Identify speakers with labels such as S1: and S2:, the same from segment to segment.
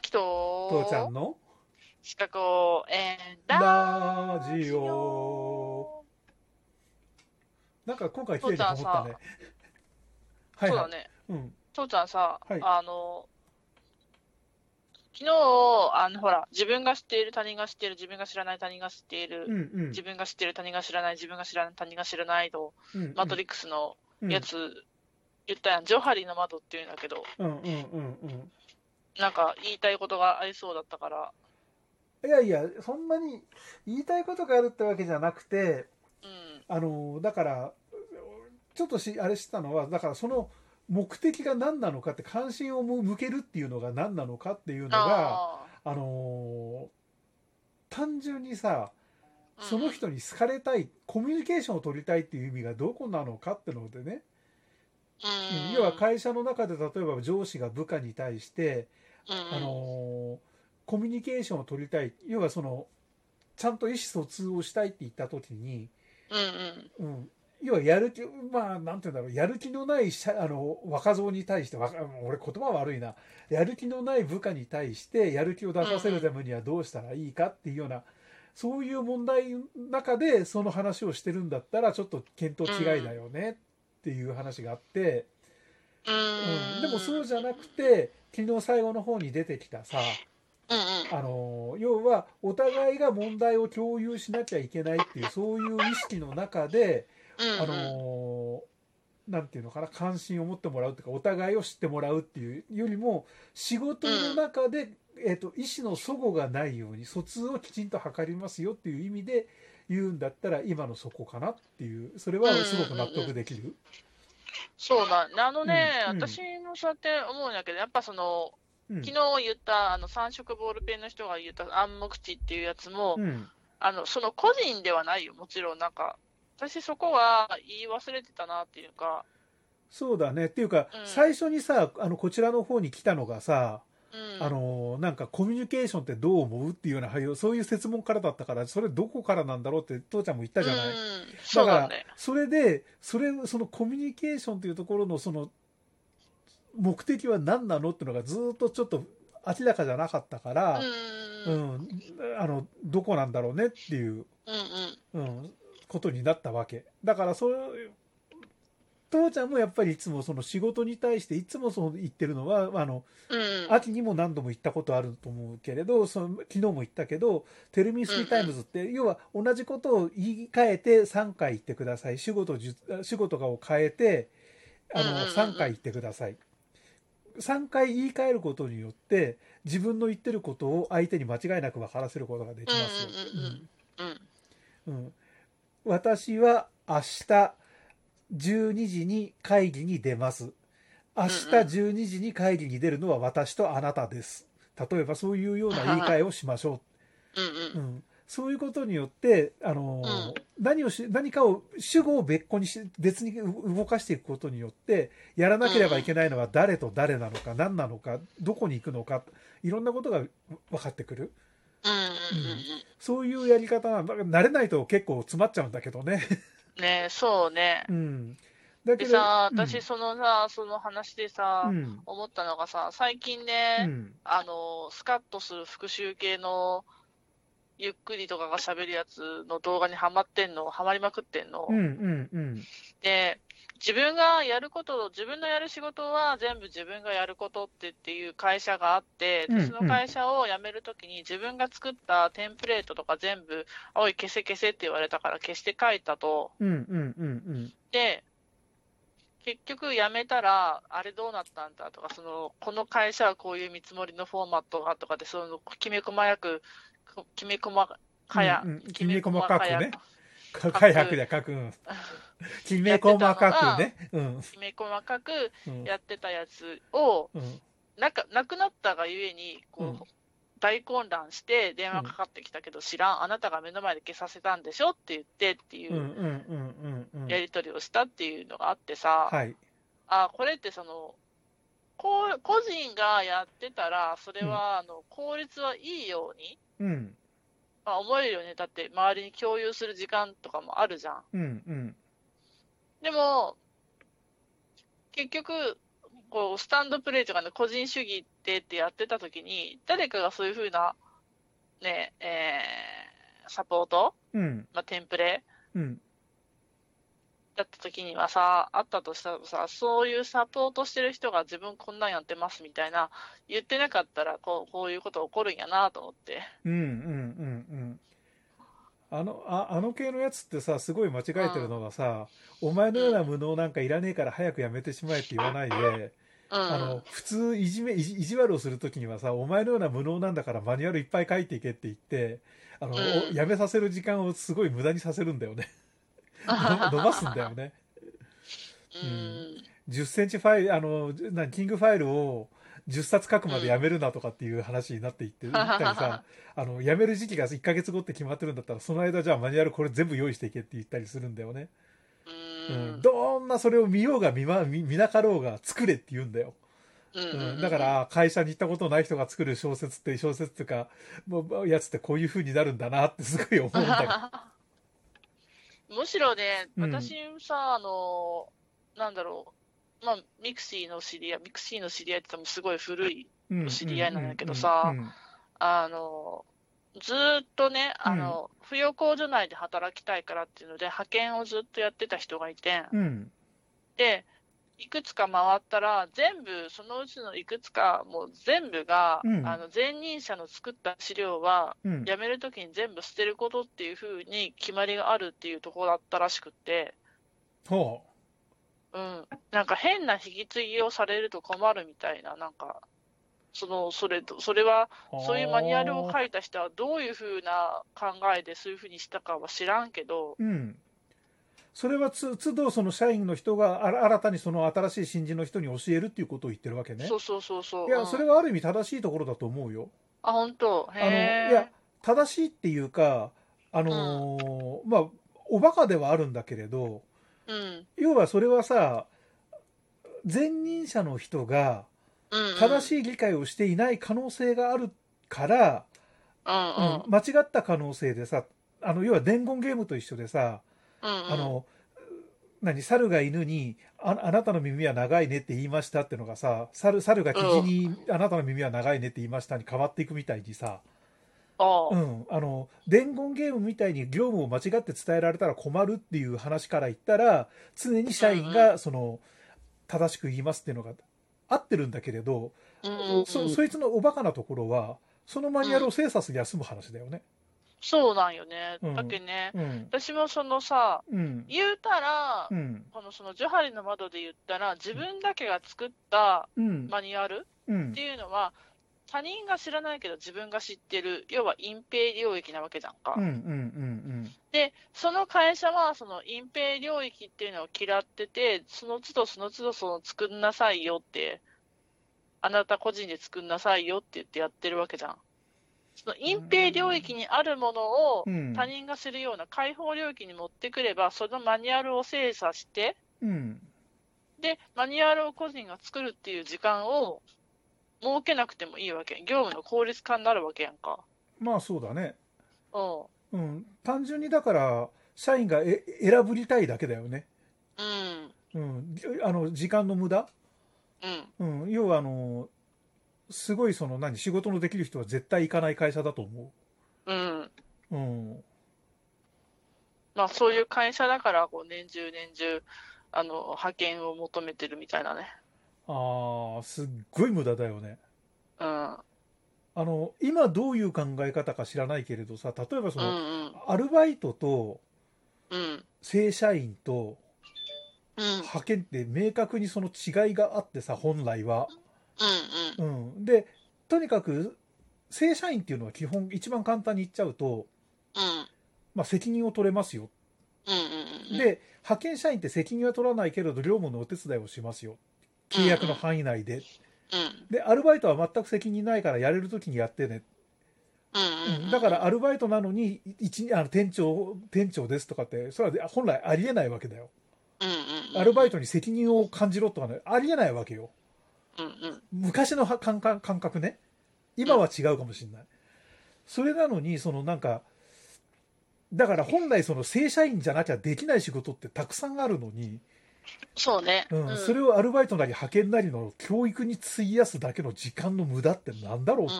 S1: きと、
S2: 父ちゃんの
S1: シカゴえー
S2: ラ
S1: ラ
S2: ジ
S1: ジ
S2: オ
S1: オ。
S2: なんか今回綺麗にハモったね。はい
S1: そう
S2: は
S1: だ
S2: い。
S1: ね。
S2: うん。
S1: 父ちゃんさ、
S2: はい
S1: あの、昨日、あの、ほら、自分が知っている、他人が知っている、自分が知らない、他人が知っている、
S2: うんうん。
S1: 自分が知っている、他人が知らない、自分が知らない、他人が知らないと、
S2: うんうん
S1: マトリックスのや
S2: うん
S1: つ、言ったやん、ジョハリの窓っていうんだけど、
S2: うんうんうん
S1: なんか言いたいことがありそうだったから、
S2: うん。いやいや、そんなに言いたいことがあるってわけじゃなくて、
S1: うん、
S2: あの、だから、ちょっとし、あれしたのは、だからその目的が何なのかって関心を向けるっていうのが何なのかっていうのが、
S1: あ
S2: あのー単純にさ、
S1: あ、
S2: その人に好かれたい、コミュニケーションを取りたいっていう意味がどこなのかってのでね、
S1: うん、
S2: 要は会社の中で例えば上司が部下に対して、
S1: うん、
S2: あのーコミュニケーションを取りたい、要はその、ちゃんと意思疎通をしたいって言った時に、
S1: うんうん、
S2: うん、要はやる気、まあ、なんて言うんだろう、やる気のない社あの若造に対して、わ俺、言葉悪いな、やる気のない部下に対して、やる気を出させるためにはどうしたらいいかっていうような、そういう問題の中で、その話をしてるんだったら、ちょっと見当違いだよねっていう話があって、
S1: う
S2: うん
S1: ん、
S2: でもそうじゃなくて、昨日最後の方に出てきたさ、
S1: うんうん、
S2: あの要はお互いが問題を共有しなきゃいけないっていうそういう意識の中で
S1: うんうん、
S2: あのーなんていうのかな関心を持ってもらうというかお互いを知ってもらうっていうよりも仕事の中で、えー、と意思の齟齬がないように疎通をきちんと図りますよっていう意味で言うんだったら今のそこかなっていうそれはすごく納得できる。
S1: そうなんあのね、
S2: うんうん
S1: 私もそうやって思うんだけど、やっぱその、
S2: うん
S1: 昨日言った、あの、三色ボールペンの人が言った暗黙知っていうやつも、
S2: うん
S1: あの、その個人ではないよ、もちろん、なんか、私そこは言い忘れてたなっていうか、
S2: そうだねっていうか、
S1: うん
S2: 最初にさあのこちらの方に来たのがさ、
S1: うん、
S2: あのーなんかコミュニケーションってどう思うっていうような配慮そういう説問からだったからそれどこからなんだろうって父ちゃんも言ったじゃない。
S1: うん、
S2: だ
S1: そう
S2: か
S1: だ
S2: ら
S1: ね。、
S2: それで、それ、そのコミュニケーションというところの、その、目的は何なのっていうのがずっとちょっと明らかじゃなかったか
S1: う、
S2: ら、うんん、あの、どこなんだろうねっていう、
S1: うん、うん。
S2: うん、ことになったわけ。だから、そう、父ちゃんもやっぱりいつもその仕事に対していつもその言ってるのは、あの、
S1: うん、
S2: 秋にも何度も言ったことあると思うけれど、その昨日も言ったけど、テルミスリータイムズって、要は同じことを言い換えて3回言ってください。主語と述主語とかを変えて、あ
S1: うんうん
S2: の、
S1: うん
S2: 3回言ってください。3回言い換えることによって、自分の言ってることを相手に間違いなく分からせることができますよ。
S1: うんうんうん、
S2: うんうん私は明日12時に会議に出ます。明日12時に会議に出るのは私とあなたです。例えばそういうような言い換えをしましょ
S1: うん、
S2: う。
S1: う。
S2: うんん、そういうことによって、あのー
S1: うん
S2: 何をし、何かを、主語を別個にし、別にう動かしていくことによって、やらなければいけないのは誰と誰なのか、何なのか、どこに行くのか、いろんなことが分かってくる。
S1: うん、うん、
S2: う
S1: うんん。
S2: そういうやり方なんだ。慣れないと結構詰まっちゃうんだけどね。
S1: ねそうね
S2: う。ん。だけ
S1: で
S2: ど、
S1: さ、
S2: うん
S1: 私、そのさ、その話でさ、
S2: うん。
S1: 思ったのがさ、最近ね、
S2: うん。
S1: あの、スカッとする復習系の、ゆっくりとかが喋るやつの動画にハマってんの、ハマりまくってんの。
S2: うん。うん。うん。
S1: で、自分がやること、自分のやる仕事は全部自分がやることってっていう会社があって、
S2: うん
S1: でその会社を辞めるときに自分が作ったテンプレートとか全部、おい消せ消せって言われたから消して書いたと。
S2: うん。うん。うん。
S1: で、結局辞めたら、あれどうなったんだとか、その、この会社はこういう見積もりのフォーマットがとかで、その、きめ細やく、こきめ細かや
S2: うんうん、
S1: きめ細
S2: きめ細かくね
S1: く
S2: か、かやくで書く。うんきめ細かくね。うん。
S1: きめ細かく
S2: うん。
S1: やってたやつを、
S2: うん。
S1: なんか、なくなったがゆえに、こう、
S2: うん
S1: 大混乱して電話かかってきたけど、知らん、あなたが目の前で消させたんでしょって言ってってい
S2: うん。うん。
S1: う
S2: うん。うん。
S1: やり取りをしたっていうのがあってさ、
S2: はい。
S1: あこれってそのこう個人がやってたら、それは、あの効率はいいように、
S2: うん。
S1: まあ、思えるよね、だって周りに共有する時間とかもあるじゃん。
S2: うん。うん。
S1: でも、結局、こうスタンドプレーとかね、個人主義でってやってた時に、誰かがそういうふうな、ね、えーサポート、
S2: うん、
S1: まあ、テンプレ
S2: うん、
S1: だった時にはさ、あったとしたらさ、そういうサポートしてる人が自分こんなんやってますみたいな、言ってなかったら、こう、こういうこと起こるんやなと思って。
S2: うん、うん、うん、うん。あの、あ、あの系のやつってさ、すごい間違えてるのがさ、お前のような無能なんかいらねえから早くやめてしまえって言わないで、
S1: うん。
S2: あの、普通いじめ、いじ意地悪をするときにはさ、お前のような無能なんだからマニュアルいっぱい書いていけって言って、あの、
S1: うん
S2: おやめさせる時間をすごい無駄にさせるん だよね。の伸ばすんだよね。
S1: うん。
S2: 10センチファイル、あの、なキングファイルを10冊書くまでやめるなとかっていう話になっていって、言ったりさ、あの、やめる時期が1ヶ月後って決まってるんだったら、その間じゃあマニュアルこれ全部用意していけって言ったりするんだよね。
S1: う
S2: うん。
S1: ん。
S2: どんなそれを見ようが見ま、見見なかろうが作れって言うんだよ。
S1: う。
S2: うんん、だか、ら会社に行ったことない人が作る小説って小説っていうかもうやつってこういう風になるんだなってすごい思うんだ
S1: むしろね、
S2: うん
S1: 私さ、あの、なんだろう、まあ、ミクシーの知り合い、ミクシーの知り合いって言ってもすごい古い、
S2: けど
S1: 知り合いなんだけどさ
S2: うん
S1: あの、ずーっとね、あの、扶養控除内で働きたいからっていうので、派遣をずっとやってた人がいて、
S2: うん
S1: で、いくつか回ったら、全部、そのうちのいくつか、もう全部が、
S2: うん
S1: あの、前任者の作った資料は、
S2: うんうん
S1: 辞めるときに全部捨てることっていうふうに決まりがあるっていうところだったらしくって、
S2: ほ
S1: うん、なんか変な引き継ぎをされると困るみたいな、なんか、そのそれとそれは、
S2: う
S1: そういうマニュアルを
S2: い
S1: 書いた人はどういうふうな考えでそういうふうにしたかは知らんけど、
S2: うんそれはつ都度その社員の人があら新たにその新しい新人の人に教えるっていうことを言ってるわけね
S1: そうそうそうそう、
S2: いや
S1: うん
S2: それはある意味正しいところだと思うよ
S1: あ、本当、
S2: あのい
S1: へ
S2: や正しいっていうかあのーまあおバカではあるんだけれど
S1: え、うん、
S2: 要はそれはさ前任者の人が
S1: うんうん、
S2: 正
S1: い、
S2: しい理解をしていない可能性があるから、
S1: うんうん、
S2: うん間違った可能性でさあの要は伝言ゲームと一緒でさ、
S1: うんうん、
S2: あの何猿が犬にあ「あなたの耳は長いね」って言いましたってのがさ猿猿がキジに、あなたの耳は長いね」って言いました」に変わっていくみたいにさ、
S1: あ
S2: う
S1: あ、
S2: ん、あの伝言ゲームみたいに業務を間違って伝えられたら困るっていう話から言ったら常に社員がその正しく言いますっていうのが合ってるんだけれど、
S1: うんうんうん、
S2: そそいつのおバカなところはそのマニュアルを精査する休む話だよね。
S1: そうなんよね、
S2: うん
S1: だけね、
S2: うん
S1: 私もそのさ、
S2: うん
S1: 言うたら、
S2: うん
S1: このそのジョハリの窓で言ったら、自分だけが作った
S2: うん
S1: マニュアル、
S2: うん
S1: っていうのは、他人が知らないけど自分が知ってる、要は隠蔽領域なわけじゃんか。
S2: うんうんうん
S1: で、その会社はその隠蔽領域っていうのを嫌ってて、その都度その都度その作んなさいよって、あなた個人で作んなさいよって言ってやってるわけじゃん。その隠蔽領域にあるものを
S2: うん
S1: 他人が知るような解放領域に持ってくれば、そのマニュアルを精査して、
S2: うん
S1: で、マニュアルを個人が作るっていう時間を設けなくてもいいわけ。業務の効率化になるわけやんか。
S2: まあそうだね。
S1: うん。
S2: うん単純にだから社員がえ選ぶりたいだけだよね。
S1: うん。
S2: うんあの時間の無駄。
S1: うん。
S2: うん、要はあのすごいその何仕事のできる人は絶対行かない会社だと思
S1: うん。
S2: う、うん、
S1: まあ、そういう会社だから、こう、年中年中、あの、派遣を求めてるみたいなね。
S2: ああすっごい無駄だよね
S1: うん。
S2: あの今どういう考え方か知らないけれどさ例えばそ
S1: うん
S2: の、
S1: うん。
S2: アルバイトと
S1: うん。
S2: 正社員と
S1: うん。うん。
S2: 派遣って明確にその違いがあってさ本来は、
S1: うん。
S2: うん、でとにかく正社員っていうのは基本一番簡単に言っちゃうと、
S1: うん。
S2: まあ、責任を取れますよ
S1: うん。うん。
S2: で派遣社員って責任は取らないけれど業務のお手伝いをしますよ契約の範囲内で、
S1: うん。
S2: でアルバイトは全く責任ないからやれる時にやってね、
S1: うん。うん。
S2: だからアルバイトなのに一あの店長店長ですとかってそれは本来ありえないわけだよ、
S1: うん、うん。
S2: アルバイ
S1: ト。
S2: トに責任を感じろとかねありえないわけよ
S1: うん。うん。
S2: 昔のは感覚感覚ね今は違うかもしれない、それなのにそのなんかだから本来その正社員じゃなきゃできない仕事ってたくさんあるのに
S1: そうね。
S2: うん
S1: うん
S2: それをアルバイトなり派遣なりの教育に費やすだけの時間の無駄ってなんだろう、
S1: うん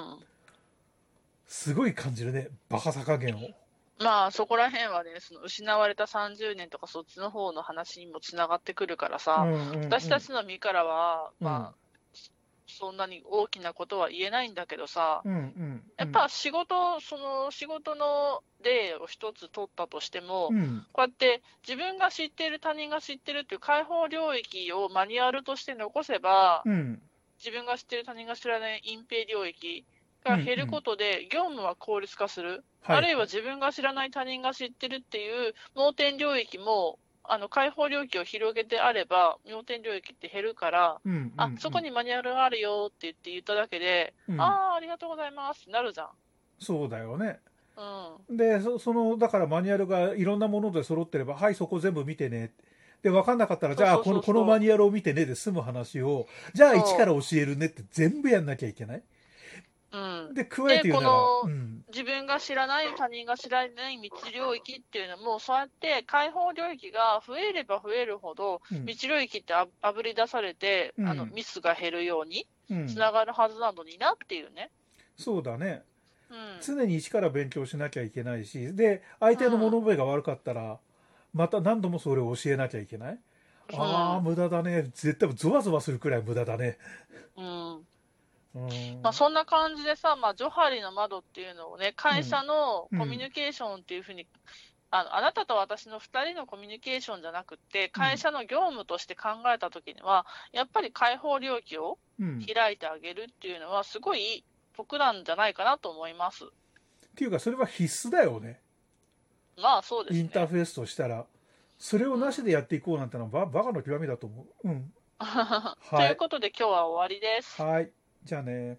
S2: すごい感じるねバカさ加減を
S1: まあそこら辺はね、その失われた30年とかそっちの方の話にもつながってくるからさ、私た、ちの身からは、まあ、そんなに大きなことは言えないんだけどさ、
S2: うんうんうん
S1: やっぱ仕事、その仕事の例を一つ取ったとしても、
S2: うん
S1: こうやって自分が知っている、他人が知っているっていう解放領域をマニュアルとして残せば、
S2: うん
S1: 自分が知っている、他人が知らない隠蔽領域が減ることで、業務は効率化する、
S2: はい
S1: あるいは自分が知らない、他人が知ってるっていう盲点領域も、あの解放領域を広げてあれば、盲点領域って減るから、
S2: うんうん
S1: あそこにマニュアルがあるよって言って言っただけで、
S2: うん
S1: ああ、ありがとうございますってなるじゃん。
S2: そうだよね
S1: うん
S2: でそそのだからマニュアルがいろんなもので揃ってればはいそこ全部見てねで分かんなかったらじゃあ
S1: そうそ
S2: こ
S1: うそ
S2: の
S1: う
S2: このマニュアルを見てねで済む話をじゃあ
S1: そう
S2: 一から教えるねって全部やんなきゃいけない
S1: うん、
S2: で加えて言うなら
S1: でこの
S2: うん
S1: 自分が知らない、他人が知らない道領域っていうのも、そうやって解放領域が増えれば増えるほど、
S2: うん
S1: 道領域ってああぶり出されて、
S2: うん
S1: あのミスが減るように
S2: うん
S1: つながるはずなのになっていうね。
S2: そうだね
S1: うん、
S2: 常に一から勉強しなきゃいけないしで相手の物覚えが悪かったらまた何度もそれを教えなきゃいけないああ無駄だね絶対ゾワゾワするくらい無駄だね
S1: うん
S2: うん
S1: まあ、そんな感じでさ、まあ、ジョハリの窓っていうのをね、会社の
S2: うん
S1: コミュニケーションっていうふうに、あのあなたと私の2人のコミュニケーションじゃなくって、会社の業務として考えたときには、やっぱり開放領域を
S2: うん
S1: 開いてあげるっていうのは、すごい僕なんじゃないかなと思います。
S2: っていうかそれは必須だよね
S1: まあそうです
S2: イ
S1: ね。
S2: ン ターフェースとしたらそれをなしでやっていこうなんてのはババカの極みだと思ううん
S1: ということで、今日は終わりです。
S2: はいじゃあね